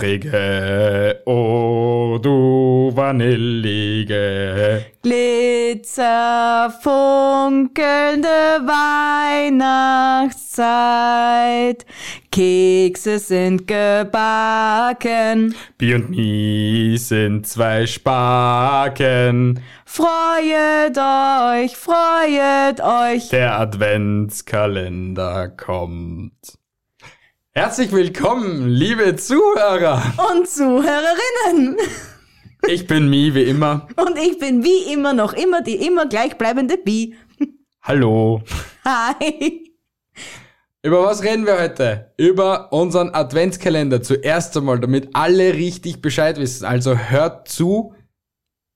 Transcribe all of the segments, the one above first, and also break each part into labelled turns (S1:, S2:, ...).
S1: Geige, oh du vanillige.
S2: Glitzerfunkelnde Weihnachtszeit. Kekse sind gebacken.
S1: Bi und Mi sind zwei Spaken.
S2: Freuet euch, freuet euch.
S1: Der Adventskalender kommt. Herzlich willkommen, liebe Zuhörer.
S2: Und Zuhörerinnen.
S1: Ich bin Mi wie immer.
S2: Und ich bin wie immer noch immer die immer gleichbleibende Bi.
S1: Hallo.
S2: Hi.
S1: Über was reden wir heute? Über unseren Adventskalender zuerst einmal, damit alle richtig Bescheid wissen. Also hört zu,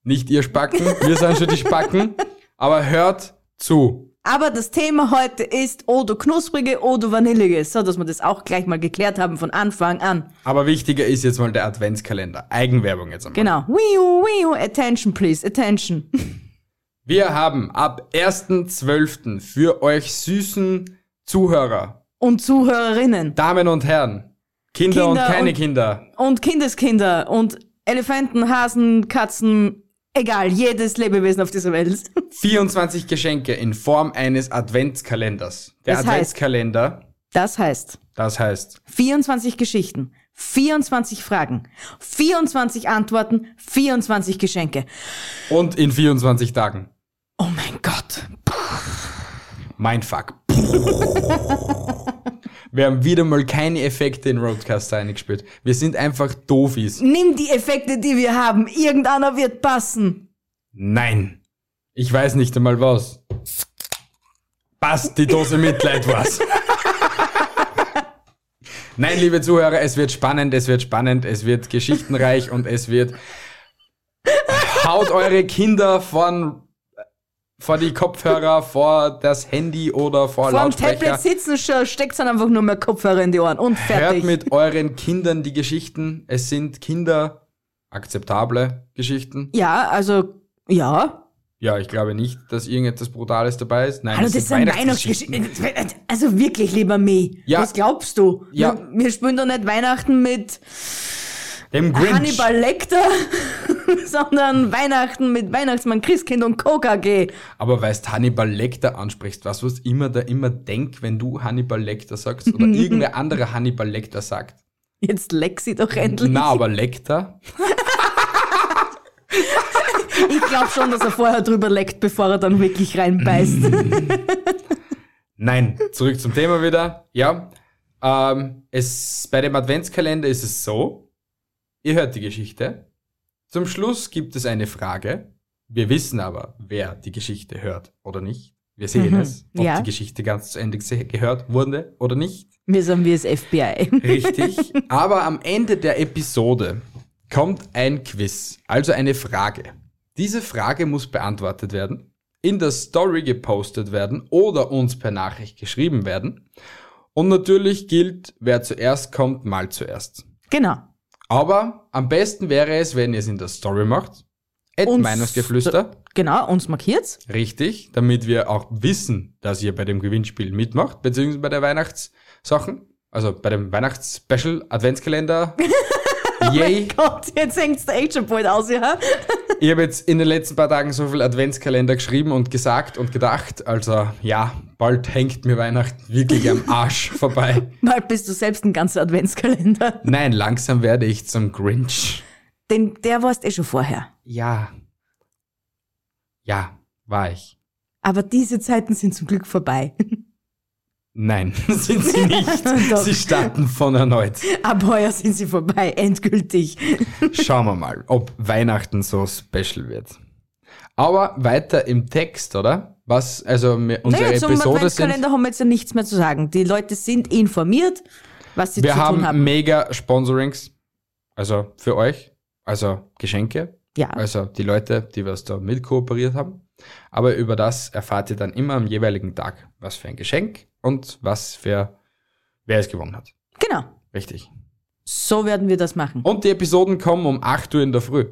S1: nicht ihr Spacken, wir sind schon die Spacken, aber hört zu.
S2: Aber das Thema heute ist Odo knusprige, Odo vanillige, so dass wir das auch gleich mal geklärt haben von Anfang an.
S1: Aber wichtiger ist jetzt mal der Adventskalender. Eigenwerbung jetzt einmal.
S2: Genau. Wiu, wiu, attention please, attention.
S1: Wir haben ab 1.12. für euch süßen Zuhörer,
S2: Und Zuhörerinnen
S1: Damen und Herren, Kinder,
S2: Kinder
S1: und keine
S2: und-
S1: Kinder,
S2: und Kindeskinder und Elefanten, Hasen, Katzen, egal, jedes Lebewesen auf dieser Welt.
S1: 24 Geschenke in Form eines Adventskalenders. Der
S2: Das heißt-
S1: Adventskalender,
S2: Das heißt,
S1: das heißt
S2: 24 Geschichten, 24 Fragen, 24 Antworten, 24 Geschenke.
S1: Und in 24 Tagen.
S2: Oh mein Gott.
S1: Mein Fuck. Wir haben wieder mal keine Effekte in Roadcaster eingespielt. Wir sind einfach Doofies.
S2: Nimm die Effekte, die wir haben. Irgendeiner wird passen.
S1: Nein. Ich weiß nicht einmal was. Passt die Dose Mitleid was. Nein, liebe Zuhörer, es wird spannend, es wird spannend, es wird geschichtenreich und es wird. Haut eure Kinder von, vor die Kopfhörer, vor das Handy oder vor
S2: Vor dem
S1: Lautsprecher.
S2: Tablet sitzen schon, steckt dann einfach nur mehr Kopfhörer in die Ohren und
S1: Hört
S2: fertig.
S1: mit euren Kindern die Geschichten. Es sind Kinder akzeptable Geschichten.
S2: Ja, also, ja.
S1: Ja, ich glaube nicht, dass irgendetwas Brutales dabei ist. Nein,
S2: Hallo,
S1: es
S2: das sind Weihnachtsgeschichten. Also wirklich, lieber Me.
S1: Ja.
S2: Was glaubst du?
S1: Ja.
S2: Wir, wir spielen doch nicht Weihnachten mit
S1: Dem Grinch.
S2: Hannibal Lecter, sondern Weihnachten mit Weihnachtsmann, Christkind und Coca-G.
S1: Aber weißt Hannibal Lecter ansprichst, was was immer da immer denk, wenn du Hannibal Lecter sagst oder irgendwer andere Hannibal Lecter sagt.
S2: Jetzt leck sie doch endlich.
S1: Na, aber Lecter?
S2: Ich glaube schon, dass er vorher drüber leckt, bevor er dann wirklich reinbeißt.
S1: Mhm. Nein. Zurück zum Thema wieder. Ja. Ähm, es, bei dem Adventskalender ist es so, ihr hört die Geschichte. Zum Schluss gibt es eine Frage. Wir wissen aber, wer die Geschichte hört oder nicht. Wir sehen
S2: Mhm.
S1: es, ob
S2: Ja.
S1: die Geschichte ganz zu Ende gese- gehört wurde oder nicht.
S2: Wir sind wie das FBI.
S1: Richtig. Aber am Ende der Episode kommt ein Quiz, also eine Frage. Diese Frage muss beantwortet werden, in der Story gepostet werden oder uns per Nachricht geschrieben werden. Und natürlich gilt, wer zuerst kommt, mal zuerst.
S2: Genau.
S1: Aber am besten wäre es, wenn ihr es in der Story macht. At
S2: Uns-
S1: Meinungsgeflüster.
S2: Genau, uns markiert's.
S1: Richtig, damit wir auch wissen, dass ihr bei dem Gewinnspiel mitmacht, beziehungsweise bei der Weihnachtssachen, also bei dem Weihnachtsspecial Adventskalender. Yay!
S2: Gott, jetzt hängt's der Action Point aus, ja?
S1: Ich habe jetzt in den letzten paar Tagen so viel Adventskalender geschrieben und gesagt und gedacht, also ja, bald hängt mir Weihnachten wirklich am Arsch vorbei.
S2: Mal bist du selbst ein ganzer Adventskalender.
S1: Nein, langsam werde ich zum Grinch.
S2: Denn der warst eh schon vorher.
S1: Ja. Ja, war ich.
S2: Aber diese Zeiten sind zum Glück vorbei.
S1: Nein, sind sie nicht.
S2: Doch.
S1: sie starten von erneut.
S2: Ab heuer sind sie vorbei, endgültig.
S1: Schauen wir mal, ob Weihnachten so special wird. Aber weiter im Text, oder? Was, also mir- unsere
S2: Naja, zum
S1: Episode sind.
S2: Adventskalender haben wir jetzt ja nichts mehr zu sagen. Die Leute sind informiert, was sie
S1: Wir
S2: zu
S1: haben,
S2: tun haben.
S1: mega Sponsorings. Also für euch. Also Geschenke.
S2: Ja,
S1: Also die Leute, die was da mit kooperiert haben. Aber über das erfahrt ihr dann immer am jeweiligen Tag, was für ein Geschenk und was für wer es gewonnen hat.
S2: genau.
S1: Richtig.
S2: So werden wir das machen.
S1: Und die Episoden kommen um 8 Uhr in der Früh.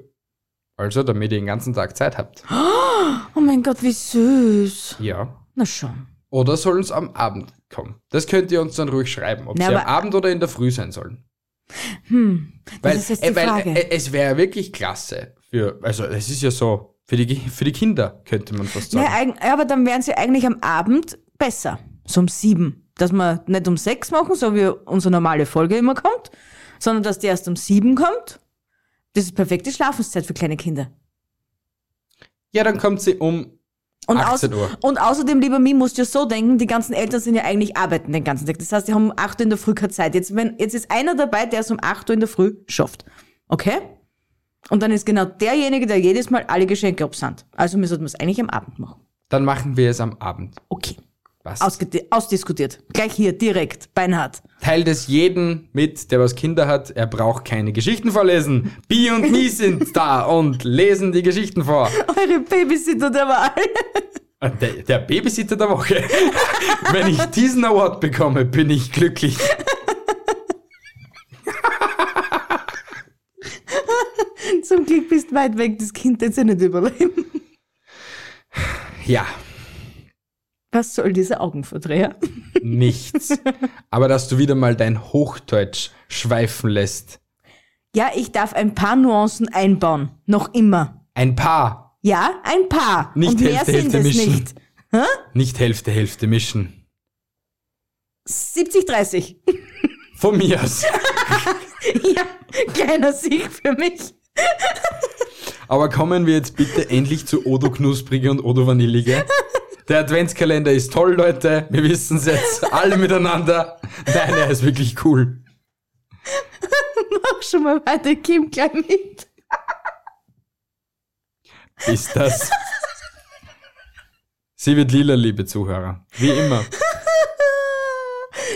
S1: Also, damit ihr den ganzen Tag Zeit habt.
S2: Oh mein Gott, wie süß.
S1: Ja.
S2: Na schon.
S1: Oder sollen es am Abend kommen? Das könnt ihr uns dann ruhig schreiben, ob
S2: Na,
S1: sie am
S2: aber- Hm,
S1: Abend oder in der Früh sein sollen. Weil,
S2: ist jetzt die
S1: äh, weil
S2: Frage.
S1: äh, es wäre wirklich klasse für, also es ist ja so, für die, Ki- für die Kinder könnte man fast sagen.
S2: Ja, eig- ja, aber dann wären sie eigentlich am Abend besser. So um sieben. Dass wir nicht um sechs machen, so wie unsere normale Folge immer kommt, sondern dass die erst um sieben kommt. Das ist perfekte Schlafenszeit für kleine Kinder. äh,
S1: Ja, dann kommt sie um
S2: Und,
S1: 18 Uhr.
S2: und außerdem, lieber Mi, musst du ja so denken, die ganzen Eltern sind ja eigentlich arbeiten den ganzen Tag. Das heißt, die haben um 8 Uhr in der Früh keine Zeit. Jetzt, wenn, jetzt ist einer dabei, der es um 8 Uhr in der Früh schafft. Okay? Und dann ist genau derjenige, der jedes Mal alle Geschenke absandt. Also wir sollten es eigentlich am Abend machen.
S1: Dann machen wir es am Abend.
S2: Okay.
S1: Was?
S2: Ausgedi- ausdiskutiert. Gleich hier, direkt, beinhart.
S1: Teilt es jeden mit, der was Kinder hat. Er braucht keine Geschichten vorlesen. Bi und Mi sind da und lesen die Geschichten vor.
S2: Eure Babysitter der Wahl.
S1: Und Der, der Babysitter der Woche. Wenn ich diesen Award bekomme, bin ich glücklich.
S2: Zum Glück bist du weit weg, das Kind wird ja nicht überleben.
S1: Ja,
S2: Was soll dieser Augenverdreher?
S1: nichts. Aber dass du wieder mal dein Hochdeutsch schweifen lässt.
S2: Ja, ich darf ein paar Nuancen einbauen. Noch immer.
S1: Ein paar.
S2: Ja, ein paar.
S1: Nicht
S2: Und mehr
S1: Hälfte,
S2: sind
S1: Hälfte
S2: es
S1: mischen.
S2: nicht.
S1: Nicht Hälfte, Hälfte mischen.
S2: 70, 30.
S1: Von mir aus.
S2: ja, kleiner Sieg für mich.
S1: Aber kommen wir jetzt bitte endlich zu Odo Knusprige und Odo Vanillige. Der Adventskalender ist toll, Leute. Wir wissen es jetzt. Alle miteinander. Nein, er ist wirklich cool.
S2: Mach schon mal weiter, Kim, gleich mit.
S1: Ist das. Sie wird lila, liebe Zuhörer. Wie immer.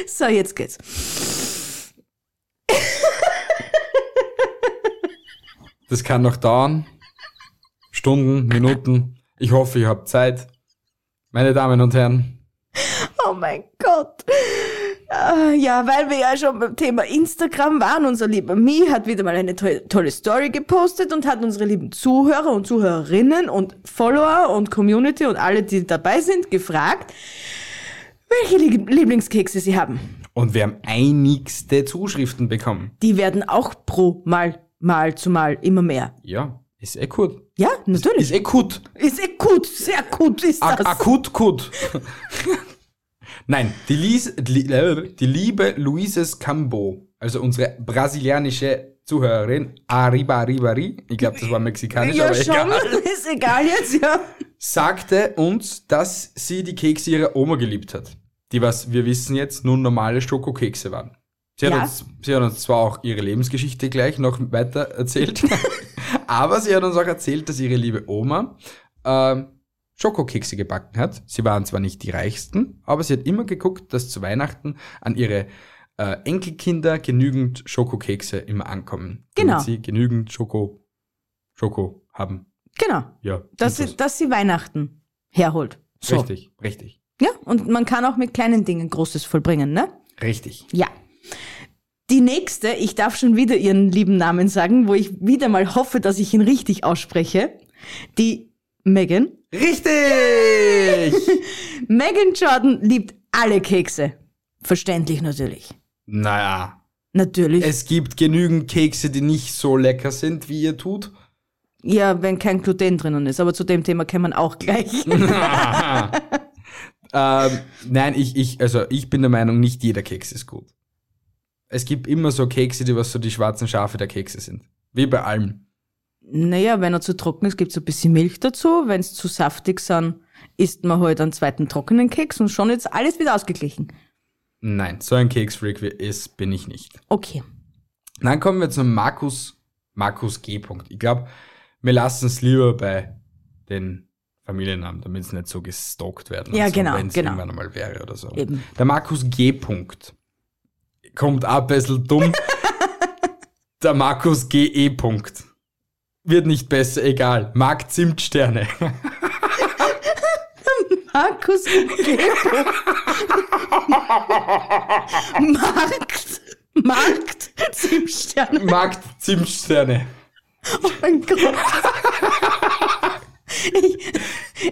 S2: So, jetzt geht's.
S1: Das kann noch dauern. Stunden, Minuten. Ich hoffe, ihr habt Zeit. Meine Damen und Herren,
S2: Oh mein Gott. Ah, Ja, weil wir ja schon beim Thema Instagram waren, unser lieber Mi hat wieder mal eine tolle, tolle Story gepostet und hat unsere lieben Zuhörer und Zuhörerinnen und Follower und Community und alle, die dabei sind, gefragt, welche Lie- Lieblingskekse sie haben.
S1: und wir haben einigste Zuschriften bekommen.
S2: Die werden auch pro Mal, Mal zu Mal immer mehr.
S1: Ja, ist eh gut.
S2: Ja, natürlich.
S1: Ist eh gut.
S2: Ist akut, sehr akut ist
S1: Ak
S2: das.
S1: akut, gut. Nein, die, Lies, die, äh, die liebe Luises Cambo, also unsere brasilianische Zuhörerin, Arriba Arribari, ich glaube, das war mexikanisch,
S2: ja,
S1: aber
S2: schon,
S1: egal.
S2: ist egal jetzt, ja.
S1: sagte uns, dass sie die Kekse ihrer Oma geliebt hat. Die, was wir wissen jetzt, nun normale Schokokekse waren. Sie hat,
S2: Ja.
S1: uns, sie hat uns zwar auch ihre Lebensgeschichte gleich noch weiter erzählt, aber sie hat uns auch erzählt, dass ihre liebe Oma äh, Schokokekse gebacken hat. Sie waren zwar nicht die reichsten, aber sie hat immer geguckt, dass zu Weihnachten an ihre äh, Enkelkinder genügend Schokokekse immer ankommen.
S2: Genau.
S1: Damit sie genügend Schoko, Schoko haben.
S2: Genau.
S1: Ja.
S2: dass
S1: und
S2: sie, dass sie Weihnachten herholt. So.
S1: Richtig, richtig.
S2: Ja, und man kann auch mit kleinen Dingen Großes vollbringen, ne?
S1: Richtig.
S2: Ja. Die nächste, ich darf schon wieder ihren lieben Namen sagen, wo ich wieder mal hoffe, dass ich ihn richtig ausspreche. Die Megan.
S1: Richtig!
S2: Megan Jordan liebt alle Kekse. Verständlich natürlich.
S1: naja,
S2: Natürlich.
S1: es gibt genügend Kekse, die nicht so lecker sind, wie ihr tut.
S2: ja, wenn kein Gluten drinnen ist, aber zu dem Thema kann man auch gleich.
S1: Ähm, nein, ich, ich, also ich bin der Meinung, nicht jeder Keks ist gut. Es gibt immer so Kekse, die was so die schwarzen Schafe der Kekse sind. Wie bei allem.
S2: Naja, wenn er zu trocken ist, gibt's ein bisschen Milch dazu. Wenn's zu saftig sind, isst man halt einen zweiten trockenen Keks und schon ist alles wieder ausgeglichen.
S1: Nein, so ein Keksfreak wie es bin ich nicht.
S2: Okay.
S1: Dann kommen wir zum Markus, Markus G. Punkt. Ich glaube, wir lassen es lieber bei den Familiennamen, damit es nicht so gestalkt werden. und
S2: Ja,
S1: so,
S2: genau,
S1: Wenn es
S2: genau.
S1: irgendwann einmal wäre oder so.
S2: Eben.
S1: Der Markus G. Punkt. Kommt auch ein bisschen dumm. Der Markus G. E. Punkt. Wird nicht besser, egal. Marc Zimtsterne.
S2: Markus Gebel. Markt. Markt. Zimtstern.
S1: Marc Zimtsterne.
S2: Oh mein Gott. Ich,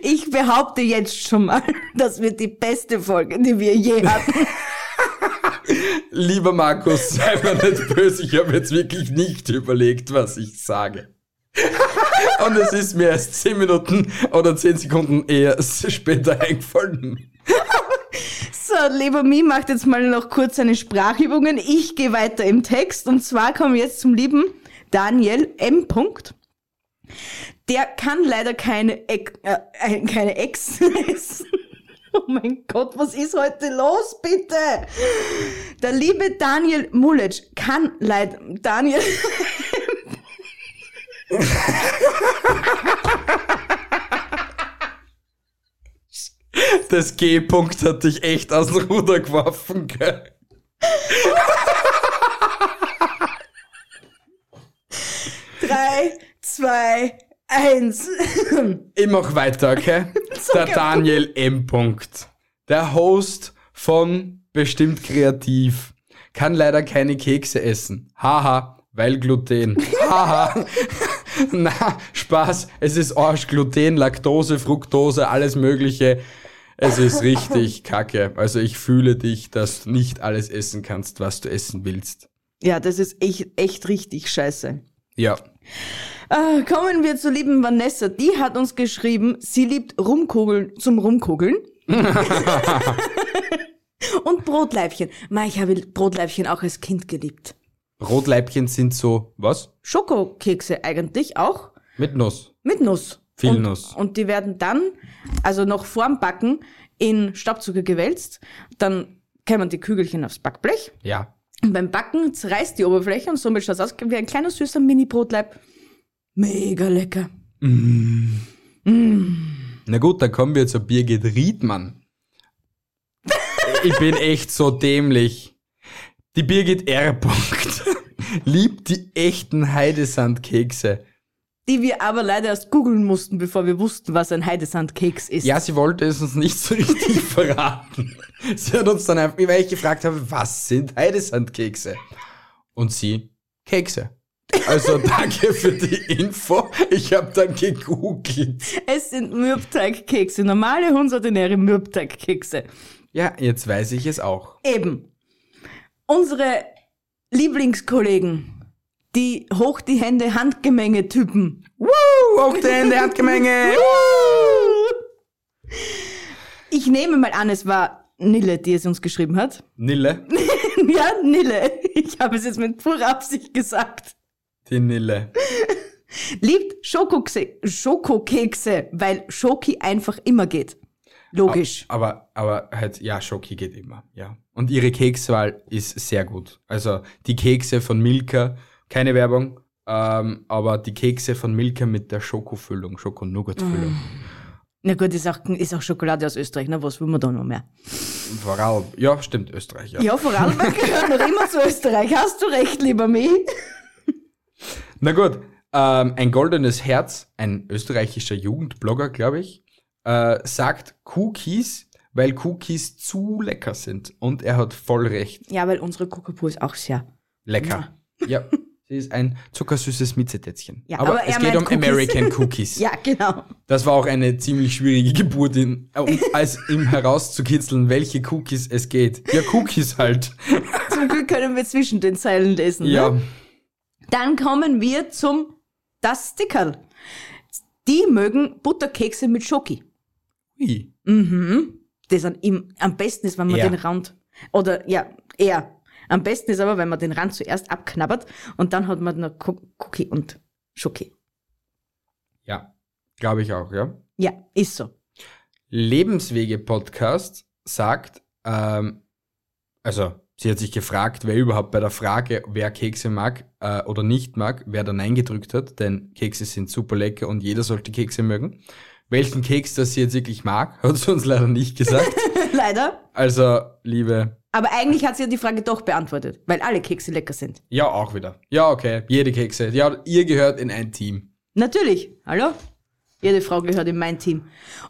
S2: ich behaupte jetzt schon mal, das wird die beste Folge, die wir je hatten.
S1: Lieber Markus, sei mir nicht böse, ich habe jetzt wirklich nicht überlegt, was ich sage. Und es ist mir erst 10 Minuten oder 10 Sekunden eher später eingefallen.
S2: So, lieber Mi macht jetzt mal noch kurz seine Sprachübungen. Ich gehe weiter im Text und zwar kommen wir jetzt zum lieben Daniel M. Punkt. Der kann leider keine Ex, äh, äh, keine Ex lesen. Oh mein Gott, was ist heute los, bitte? Der liebe Daniel Mulic kann leider, Daniel,
S1: Das G-Punkt hat dich echt aus dem Ruder geworfen, gell?
S2: drei, zwei, eins.
S1: Ich mach weiter, okay? Der Daniel M. Punkt. Der Host von Bestimmt Kreativ kann leider keine Kekse essen. Haha, weil Gluten. Haha. Na, Spaß. Es ist Arsch, Gluten, Laktose, Fructose, alles Mögliche. Es ist richtig kacke. Also ich fühle dich, dass du nicht alles essen kannst, was du essen willst.
S2: Ja, das ist echt, echt richtig scheiße.
S1: Ja.
S2: Ah, kommen wir zur lieben Vanessa. Die hat uns geschrieben, sie liebt Rumkugeln zum Rumkugeln. Und Brotleibchen. Ma, ich habe Brotleibchen auch als Kind geliebt.
S1: Rotleibchen sind so, was?
S2: Schokokekse eigentlich auch
S1: Mit Nuss.
S2: mit Nuss.
S1: Viel
S2: und,
S1: Nuss.
S2: Und die werden dann, also noch vorm Backen, in Staubzucker gewälzt. Dann kämen die Kügelchen aufs Backblech.
S1: Ja.
S2: Und beim Backen zerreißt die Oberfläche und somit schaut es aus wie ein kleiner süßer Mini-Brotleib. Mega lecker.
S1: Na gut, dann kommen wir zur Birgit Riedmann. Ich bin echt so dämlich. Die Birgit R. Punkt liebt die echten Heidesandkekse.
S2: die wir aber leider erst googeln mussten, bevor wir wussten, was ein Heidesandkeks ist.
S1: Ja, sie wollte es uns nicht so richtig verraten. Sie hat uns dann einfach, weil ich gefragt habe, was sind Heidesandkekse? Und sie, Kekse. Also danke für die Info. Ich habe dann gegoogelt.
S2: Es sind Mürbteigkekse, normale, hundsordinäre Mürbteigkekse.
S1: Ja, jetzt weiß ich es auch.
S2: Eben. Unsere Lieblingskollegen, die hoch die Hände Handgemenge-Typen.
S1: Woo, auf die Hände, Handgemenge.
S2: Ich nehme mal an, es war Nille, die es uns geschrieben hat.
S1: Nille,
S2: ja, Nille. Ich habe es jetzt mit purer Absicht gesagt.
S1: die Nille.
S2: Liebt Schokokse, Schokokekse, weil Schoki einfach immer geht. Logisch.
S1: Aber, aber halt, ja, Schoki geht immer, ja. Und ihre Kekswahl ist sehr gut. Also die Kekse von Milka, keine Werbung, ähm, aber die Kekse von Milka mit der Schokofüllung, Schoko-Nougat-Füllung.
S2: Na gut, ist auch, ist auch Schokolade aus Österreich, na was will man da noch mehr?
S1: Vorarlberg, ja, stimmt, Österreich, ja.
S2: Ja, Vorarlberg gehört noch immer zu Österreich, hast du recht, lieber Mi.
S1: Na gut, ähm, ein goldenes Herz, ein österreichischer Jugendblogger, glaube ich, äh, sagt Cookies, weil Cookies zu lecker sind. Und er hat voll recht.
S2: Ja, weil unsere Kokapur ist auch sehr.
S1: Lecker. Ja. Sie ist ein zuckersüßes Mitzetätzchen.
S2: Ja,
S1: aber,
S2: aber
S1: es
S2: er
S1: geht um
S2: meint Cookies.
S1: American Cookies.
S2: Ja, genau.
S1: Das war auch eine ziemlich schwierige Geburt, in, äh, um als ihm herauszukitzeln, welche Cookies es geht. Ja, Cookies halt.
S2: Zum Glück können wir zwischen den Zeilen lesen.
S1: Ja,
S2: Ne? Dann kommen wir zum Das Stickerl. Die mögen Butterkekse mit Schoki.
S1: Ui.
S2: Mhm. Das an ihm, am besten ist, wenn man
S1: Er.
S2: den Rand, oder ja, eher. Am besten ist aber, wenn man den Rand zuerst abknabbert und dann hat man noch Ku- Cookie und Schoki.
S1: ja. glaube ich auch, ja.
S2: Ja, ist so.
S1: Lebenswege-Podcast sagt, ähm, also sie hat sich gefragt, wer überhaupt bei der Frage, wer Kekse mag äh, oder nicht mag, wer da Nein gedrückt hat, denn Kekse sind super lecker und jeder sollte Kekse mögen. Welchen Keks das sie jetzt wirklich mag, hat sie uns leider nicht gesagt.
S2: Leider.
S1: Also, liebe,
S2: Aber eigentlich hat sie ja die Frage doch beantwortet, weil alle Kekse lecker sind.
S1: ja auch wieder. Ja, okay, jede Kekse. Ja, ihr gehört in ein Team.
S2: Natürlich. Hallo? Jede Frau gehört in mein Team.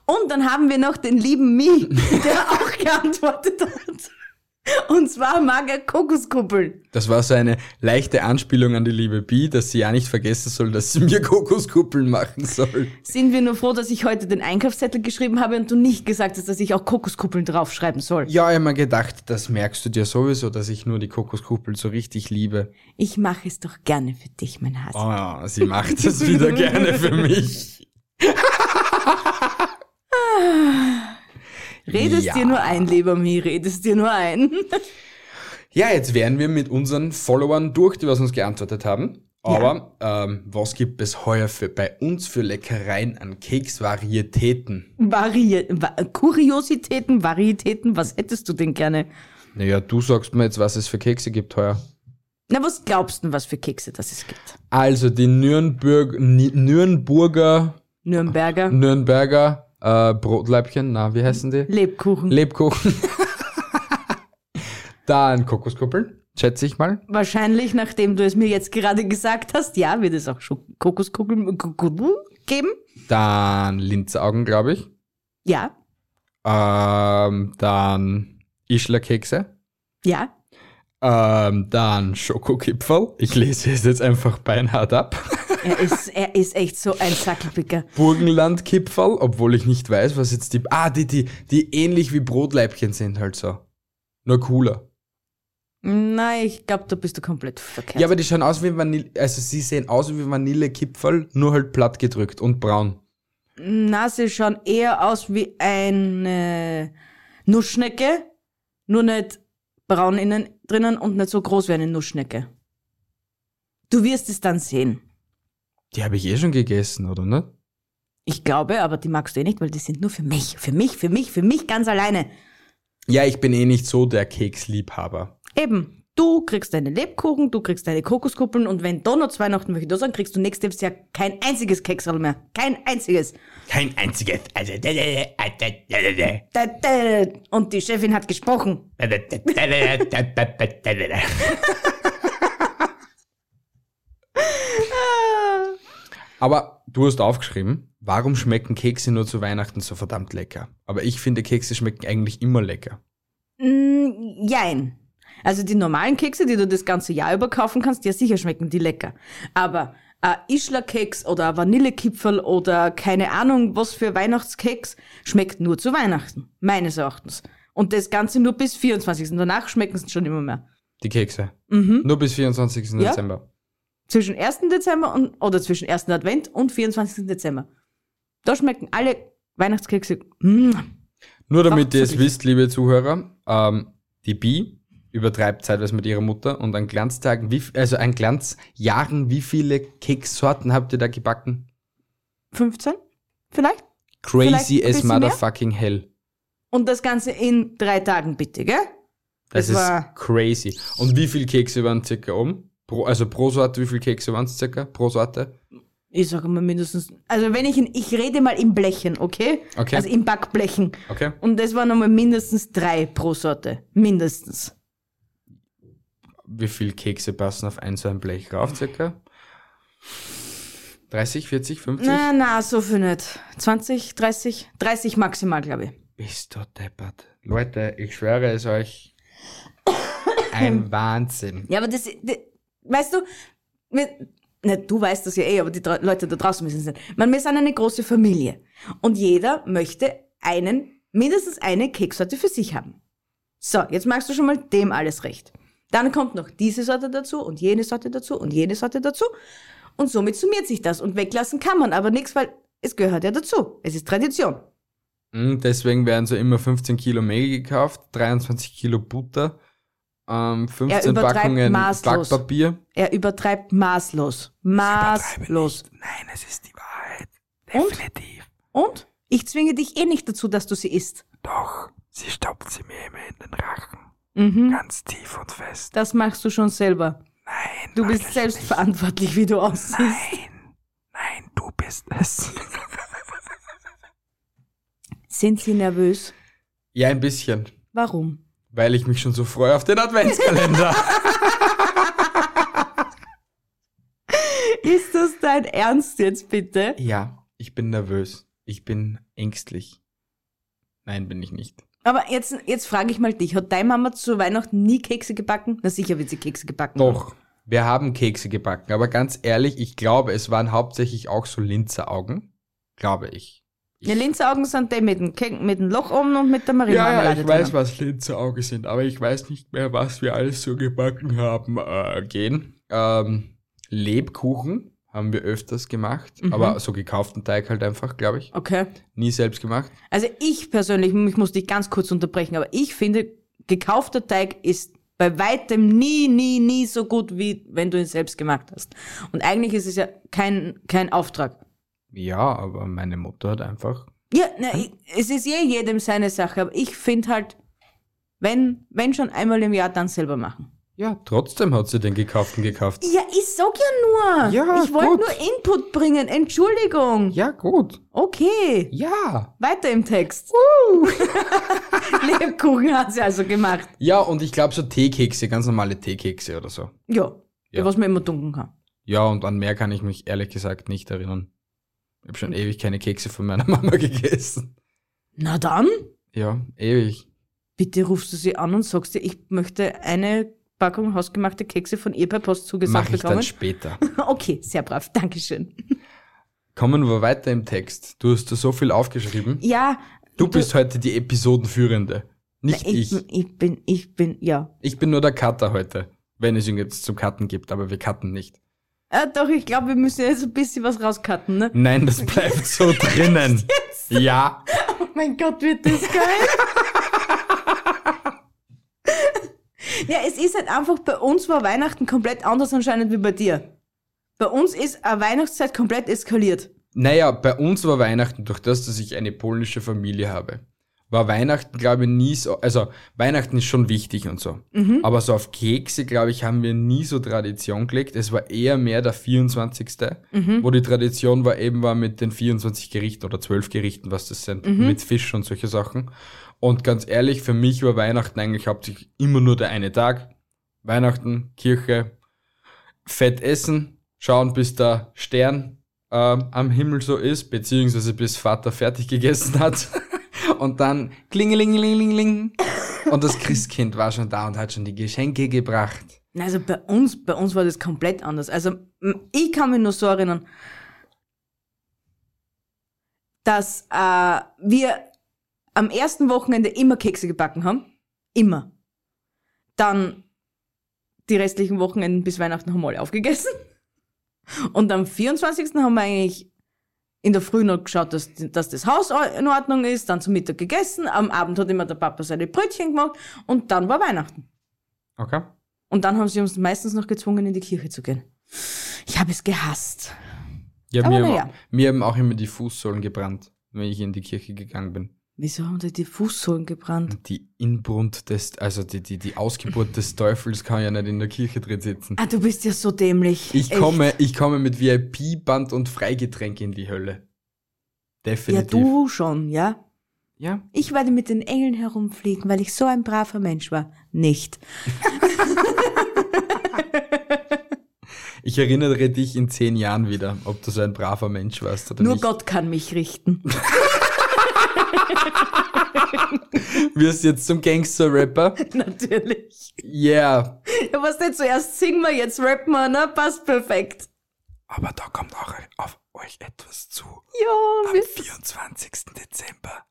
S2: Und dann haben wir noch den lieben Mi, der auch geantwortet hat. Und zwar mag er Kokoskuppeln.
S1: Das war so eine leichte Anspielung an die liebe Bi, dass sie ja nicht vergessen soll, dass sie mir Kokoskuppeln machen soll.
S2: Sind wir nur froh, dass ich heute den Einkaufszettel geschrieben habe und du nicht gesagt hast, dass ich auch Kokoskuppeln draufschreiben soll.
S1: Ja, ich hab mir gedacht, das merkst du dir sowieso, dass ich nur die Kokoskuppeln so richtig liebe.
S2: Ich mache es doch gerne für dich, mein Hase.
S1: Oh, sie macht es wieder gerne für mich.
S2: redest
S1: ja.
S2: dir nur ein, lieber Mi, redest dir nur ein.
S1: Ja, jetzt wären wir mit unseren Followern durch, die was uns geantwortet haben. Aber ähm, was gibt es heuer für bei uns für Leckereien an Keksvarietäten?
S2: Varie Va Kuriositäten, Varietäten, was hättest du denn gerne?
S1: Naja, du sagst mir jetzt, was es für Kekse gibt heuer.
S2: Na, was glaubst du, was für Kekse das es gibt?
S1: Also die Nürnberg, Ni- Nürnberger,
S2: Nürnberger,
S1: Nürnberger äh, Brotleibchen, na, wie heißen die?
S2: Lebkuchen,
S1: Lebkuchen. Dann Kokoskuppeln, schätze ich mal.
S2: Wahrscheinlich, nachdem du es mir jetzt gerade gesagt hast, ja, wird es auch Schu- Kokoskugeln Ku- Ku- Ku- geben.
S1: Dann Linzaugen, glaube ich.
S2: Ja,
S1: Ähm, dann Ischlerkekse.
S2: ja.
S1: Ähm, dann Schokokipferl. Ich lese es jetzt einfach beinhart ab.
S2: Er ist, er ist echt so ein Sackelpicker.
S1: Burgenlandkipferl, obwohl ich nicht weiß, was jetzt die... Ah, die, die, die ähnlich wie Brotleibchen sind halt so. Nur cooler.
S2: Nein, ich glaube, da bist du komplett verkehrt.
S1: Ja, aber die schauen aus wie Vanille... Also sie sehen aus wie Vanillekipferl, nur halt platt gedrückt und braun.
S2: Na, sie schauen eher aus wie eine Nussschnecke, nur nicht braun innen drinnen und nicht so groß wie eine Nussschnecke. Du wirst es dann sehen.
S1: Die habe ich eh schon gegessen, oder ne?
S2: Ich glaube, aber die magst du eh nicht, weil die sind nur für mich, für mich, für mich, für mich ganz alleine.
S1: Ja, ich bin eh nicht so der Keksliebhaber.
S2: Eben, du kriegst deine Lebkuchen, du kriegst deine Kokoskuppeln und wenn Donuts Weihnachten möchte da sein, kriegst du nächstes Jahr kein einziges Keksel mehr. Kein einziges.
S1: Kein einziges.
S2: also, ah, Da, da, Und die Chefin hat gesprochen.
S1: Aber du hast aufgeschrieben, warum schmecken Kekse nur zu Weihnachten so verdammt lecker? Aber ich finde, Kekse schmecken eigentlich immer lecker.
S2: Mm, jein. Also die normalen Kekse, die du das ganze Jahr über kaufen kannst, ja sicher schmecken die lecker. Aber ein Ischler-Keks oder ein Vanillekipferl oder keine Ahnung was für Weihnachtskeks schmeckt nur zu Weihnachten, meines Erachtens. Und das Ganze nur bis 24. Danach schmecken sie schon immer mehr.
S1: Die Kekse.
S2: Mhm.
S1: Nur bis 24.
S2: Ja.
S1: Dezember.
S2: zwischen 1. Dezember und, oder zwischen 1. Advent und 24. Dezember. Da schmecken alle Weihnachtskekse. Mm.
S1: Nur damit
S2: Doch,
S1: ihr es
S2: wirklich.
S1: wisst, liebe Zuhörer, ähm, die Bi übertreibt zeitweise mit ihrer Mutter und an Glanztagen, wie, f- also an Glanzjahren, wie viele Keksorten habt ihr da gebacken?
S2: 15? Vielleicht? Vielleicht ein
S1: Crazy as
S2: bisschen mehr?
S1: motherfucking hell.
S2: Und das Ganze in drei Tagen bitte, gell?
S1: Das,
S2: Das war-
S1: ist crazy. Und wie viele Kekse waren circa um? Pro, also pro Sorte, wie viele Kekse waren es circa? Pro Sorte?
S2: Ich sage mal mindestens. Also wenn ich in, ich rede mal in Blechen, okay?
S1: Okay.
S2: Also in Backblechen.
S1: Okay.
S2: Und das waren nochmal mindestens drei pro Sorte. Mindestens.
S1: Wie viele Kekse passen auf ein so ein Blech rauf circa? 30, 40, 50?
S2: Na, na, so viel nicht. 20, 30, 30 maximal, glaube ich.
S1: Bist du deppert. Leute, ich schwöre es euch. Ein Wahnsinn.
S2: Ja, aber das, das weißt du, wir, na, du weißt das ja eh, aber die drau- Leute da draußen müssen es nicht. Man, wir sind eine große Familie und jeder möchte einen, mindestens eine Keksorte für sich haben. So, jetzt magst du schon mal dem alles recht. Dann kommt noch diese Sorte dazu und jene Sorte dazu und jene Sorte dazu und somit summiert sich das und weglassen kann man aber nichts, weil es gehört ja dazu. Es ist Tradition.
S1: Mm, Deswegen werden so immer 15 Kilo Mehl gekauft, 23 Kilo Butter, ähm, 15
S2: übertreibt
S1: Packungen
S2: maßlos.
S1: Backpapier.
S2: Er übertreibt maßlos. Maßlos.
S1: Nein, es ist die Wahrheit.
S2: Und?
S1: Definitiv.
S2: Und? Ich zwinge dich eh nicht dazu, dass du sie isst.
S1: Doch, sie stopft sie mir immer in den Rachen.
S2: Mhm.
S1: Ganz tief und fest.
S2: Das machst du schon selber.
S1: Nein.
S2: Du bist selbst verantwortlich, wie du aussiehst.
S1: Nein. Nein, du bist es.
S2: Sind sie nervös?
S1: Ja, ein bisschen.
S2: Warum?
S1: Weil ich mich schon so freue auf den Adventskalender.
S2: Ist das dein Ernst jetzt bitte?
S1: ja, ich bin nervös. Ich bin ängstlich. Nein, bin ich nicht.
S2: Aber jetzt, jetzt frage ich mal dich, hat deine Mama zu Weihnachten nie Kekse gebacken? Na sicher wird sie Kekse gebacken. haben.
S1: Doch, wir haben Kekse gebacken, aber ganz ehrlich, ich glaube, es waren hauptsächlich auch so Linzeraugen. Glaube ich.
S2: Ja, Linzaugen sind die mit dem, Kek mit dem Loch oben und mit der
S1: Ja, ja,
S2: Marinemarmelade
S1: ich weiß,
S2: drinnen.
S1: was Linzerauge sind, aber ich weiß nicht mehr, was wir alles so gebacken haben äh, gehen. Ähm, Lebkuchen haben wir öfters gemacht,
S2: Mhm.
S1: aber so gekauften Teig halt einfach, glaube ich.
S2: Okay.
S1: Nie selbst gemacht.
S2: Also ich persönlich, ich muss dich ganz kurz unterbrechen, aber ich finde, gekaufter Teig ist bei weitem nie, nie, nie so gut, wie wenn du ihn selbst gemacht hast. Und eigentlich ist es ja kein, kein Auftrag.
S1: Ja, aber meine Mutter hat einfach.
S2: Ja, na, ich, es ist eh jedem seine Sache, aber ich finde halt, wenn, wenn schon einmal im Jahr, dann selber machen.
S1: Ja, trotzdem hat sie den gekauften gekauft.
S2: Ja, ich sag ja nur.
S1: Ja,
S2: ich wollte
S1: gut.
S2: nur Input bringen. Entschuldigung.
S1: Ja, gut.
S2: Okay.
S1: Ja.
S2: Weiter im Text. Uh. Lebkuchen hat sie also gemacht.
S1: Ja, und ich glaube so Teekekse, ganz normale Teekekse oder so.
S2: Ja,
S1: Ja.
S2: was man immer dunkeln kann.
S1: Ja, und an mehr kann ich mich ehrlich gesagt nicht erinnern. Ich habe schon ewig keine Kekse von meiner Mama gegessen.
S2: Na dann,
S1: Ja, ewig.
S2: bitte rufst du sie an und sagst dir, ich möchte eine Packung hausgemachte Kekse von ihr per Post zugesagt
S1: Mache ich dann
S2: bekommen.
S1: später.
S2: Okay, sehr brav, Dankeschön.
S1: Kommen wir weiter im Text. Du hast da so viel aufgeschrieben.
S2: Ja,
S1: Du bist heute die Episodenführende. Nicht
S2: ich,
S1: ich.
S2: ich. bin, ich bin, ja.
S1: Ich bin nur der Cutter heute. Wenn es ihn jetzt zum Cutten gibt, aber wir cutten nicht.
S2: Äh, doch, ich glaube, wir müssen jetzt ein bisschen was rauscutten, ne?
S1: Nein, das bleibt so drinnen. Ja.
S2: Oh mein Gott, wird das geil. ja, es ist halt einfach, bei uns war Weihnachten komplett anders anscheinend wie bei dir. Bei uns ist eine Weihnachtszeit komplett eskaliert.
S1: Naja, bei uns war Weihnachten, durch das, dass ich eine polnische Familie habe, war Weihnachten, glaube ich, nie so, also Weihnachten ist schon wichtig und so. Aber so auf Kekse, glaube ich, haben wir nie so Tradition gelegt. Es war eher mehr der 24. Wo die Tradition war eben war mit den 24 Gerichten oder 12 Gerichten, was das sind, mit Fisch und solche Sachen. Und ganz ehrlich, für mich war Weihnachten eigentlich hauptsächlich immer nur der eine Tag. Weihnachten, Kirche, fett essen, schauen, bis der Stern ähm, am Himmel so ist, beziehungsweise bis Vater fertig gegessen hat. Und dann klingelingelingeling. Und das Christkind war schon da und hat schon die Geschenke gebracht.
S2: Na, Also bei uns, bei uns war das komplett anders. Also m, ich kann mich nur so erinnern, dass äh, wir am ersten Wochenende immer Kekse gebacken haben. Immer. Dann die restlichen Wochenenden bis Weihnachten haben wir alle aufgegessen. Und am 24. haben wir eigentlich in der Früh noch geschaut, dass, dass das Haus in Ordnung ist, dann zum Mittag gegessen, am Abend hat immer der Papa seine Brötchen gemacht und dann war Weihnachten.
S1: Okay.
S2: Und dann haben sie uns meistens noch gezwungen, in die Kirche zu gehen. Ich habe es gehasst.
S1: Ja,
S2: Aber
S1: mir,
S2: naja.
S1: haben, mir haben auch immer die Fußsohlen gebrannt, wenn ich in die Kirche gegangen bin.
S2: Wieso haben da die Fußsohlen gebrannt?
S1: Die Inbrunst des, also die, die, die Ausgeburt des Teufels kann ja nicht in der Kirche drin sitzen.
S2: Ah, du bist ja so dämlich.
S1: Ich
S2: Echt.
S1: komme, ich komme mit VIP-Band und Freigetränk in die Hölle.
S2: Ja,
S1: Definitiv.
S2: du schon, ja?
S1: Ja,
S2: Ich werde mit den Engeln herumfliegen, weil ich so ein braver Mensch war. Nicht.
S1: Ich erinnere dich in zehn Jahren wieder, ob du so ein braver Mensch warst oder
S2: Nur
S1: nicht.
S2: Gott kann mich richten.
S1: Wirst jetzt zum Gangster-Rapper?
S2: Natürlich.
S1: Yeah.
S2: Ja, was denn zuerst singen wir, jetzt rappen wir, ne? Passt perfekt.
S1: Aber da kommt auch auf euch etwas zu.
S2: Ja, wir
S1: 24. Dezember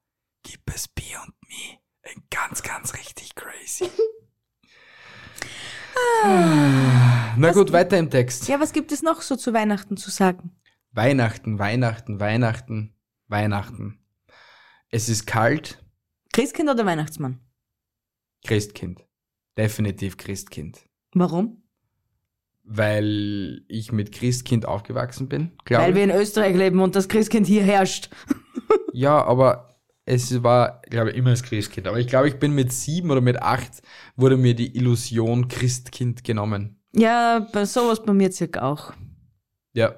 S1: gibt es B und Me. Ein ganz, ganz richtig crazy. Na gut, weiter im Text.
S2: Ah. ja, was gibt es noch so zu Weihnachten zu sagen?
S1: Weihnachten, Weihnachten, Weihnachten, Weihnachten. Es ist kalt,
S2: Christkind oder Weihnachtsmann?
S1: Christkind. Definitiv Christkind.
S2: Warum?
S1: weil ich mit Christkind aufgewachsen bin,
S2: Weil
S1: glaube
S2: wir
S1: ich.
S2: in Österreich leben und das Christkind hier herrscht.
S1: Ja, aber es war, glaube ich, immer das Christkind. Aber ich glaube, ich bin mit sieben oder mit acht wurde mir die Illusion Christkind genommen.
S2: Ja, bei sowas bei mir circa auch.
S1: Ja,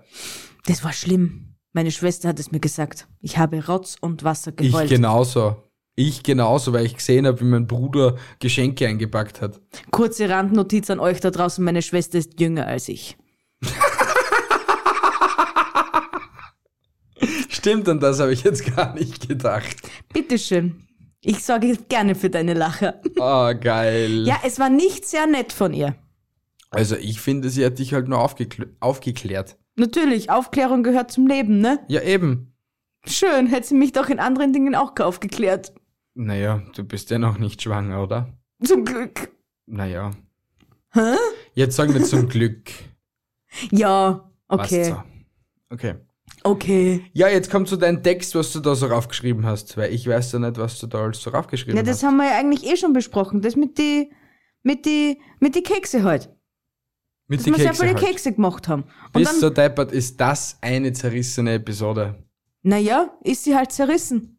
S2: Das war schlimm. Meine Schwester hat es mir gesagt. Ich habe Rotz und Wasser
S1: ich genau.
S2: geheult.
S1: genauso. Ich genauso, weil ich gesehen habe, wie mein Bruder Geschenke eingepackt hat.
S2: Kurze Randnotiz an euch da draußen. Meine Schwester ist jünger als ich.
S1: Stimmt, an das habe ich jetzt gar nicht gedacht.
S2: Bitteschön. Ich sorge gerne für deine Lache.
S1: Ah, geil.
S2: Ja, es war nicht sehr nett von ihr.
S1: Also ich finde, sie hat dich halt nur aufgekl aufgeklärt.
S2: Natürlich, Aufklärung gehört zum Leben, ne?
S1: Ja, eben.
S2: Schön, hätte sie mich doch in anderen Dingen auch aufgeklärt.
S1: Naja, du bist ja noch nicht schwanger, oder?
S2: Zum Glück.
S1: Naja.
S2: Hä?
S1: Jetzt sagen wir zum Glück.
S2: Ja,
S1: Passt
S2: okay.
S1: so. Okay.
S2: Okay.
S1: Ja, jetzt kommt zu deinem Text, was du da so raufgeschrieben hast, weil ich weiß ja nicht, was du da alles so raufgeschrieben
S2: Ja, das haben wir ja eigentlich eh schon besprochen. Das mit die, mit die, mit die Kekse halt.
S1: hast. Mit
S2: Dass
S1: den
S2: wir sehr
S1: Kekse
S2: viele
S1: halt.
S2: Kekse gemacht haben. Und
S1: Bis
S2: dann,
S1: so deppert ist das eine zerrissene Episode.
S2: naja, ist sie halt zerrissen.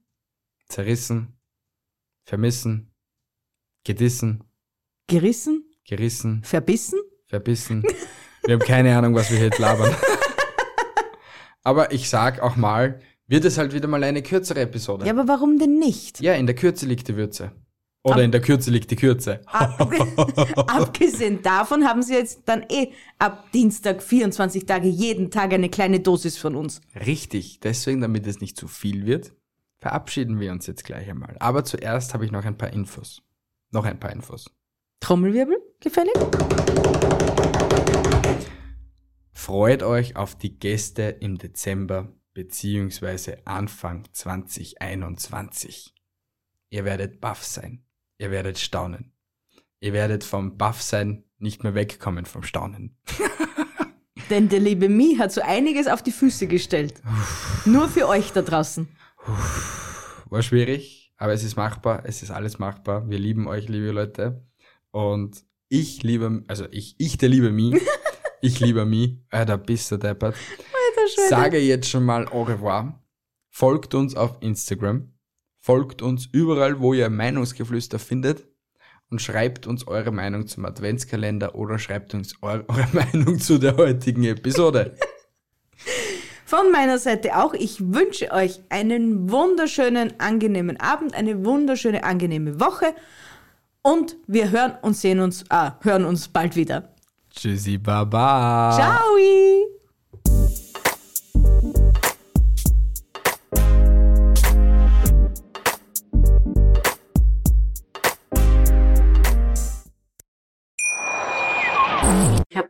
S1: Zerrissen, vermissen, gedissen,
S2: Gerissen?
S1: gerissen,
S2: Verbissen?
S1: verbissen. Wir haben keine Ahnung, was wir hier jetzt labern. Aber ich sag auch mal, wird es halt wieder mal eine kürzere Episode.
S2: Ja, aber warum denn nicht?
S1: Ja, in der Kürze liegt die Würze. Oder in der Kürze liegt die Kürze.
S2: Ab- Abgesehen davon haben sie jetzt dann eh ab Dienstag 24 Tage jeden Tag eine kleine Dosis von uns.
S1: Richtig, deswegen, damit es nicht zu viel wird, verabschieden wir uns jetzt gleich einmal. Aber zuerst habe ich noch ein paar Infos. Noch ein paar Infos.
S2: Trommelwirbel, gefällig?
S1: Freut euch auf die Gäste im Dezember beziehungsweise Anfang 2021. Ihr werdet baff sein. Ihr werdet staunen. Ihr werdet vom Baff sein nicht mehr wegkommen vom Staunen.
S2: Denn der liebe Mi hat so einiges auf die Füße gestellt. Nur für euch da draußen.
S1: War schwierig, aber es ist machbar. Es ist alles machbar. Wir lieben euch, liebe Leute. Und ich liebe, also ich, ich der liebe Mi. ich liebe Mi. Äh, da bist du deppert. sage jetzt schon mal au revoir. Folgt uns auf Instagram. Folgt uns überall, wo ihr Meinungsgeflüster findet. Und schreibt uns eure Meinung zum Adventskalender oder schreibt uns eu- eure Meinung zu der heutigen Episode.
S2: Von meiner Seite auch, ich wünsche euch einen wunderschönen, angenehmen Abend, eine wunderschöne, angenehme Woche. Und wir hören und sehen uns, ah, hören uns bald wieder.
S1: Tschüssi, baba.
S2: Ciao!
S3: Ich habe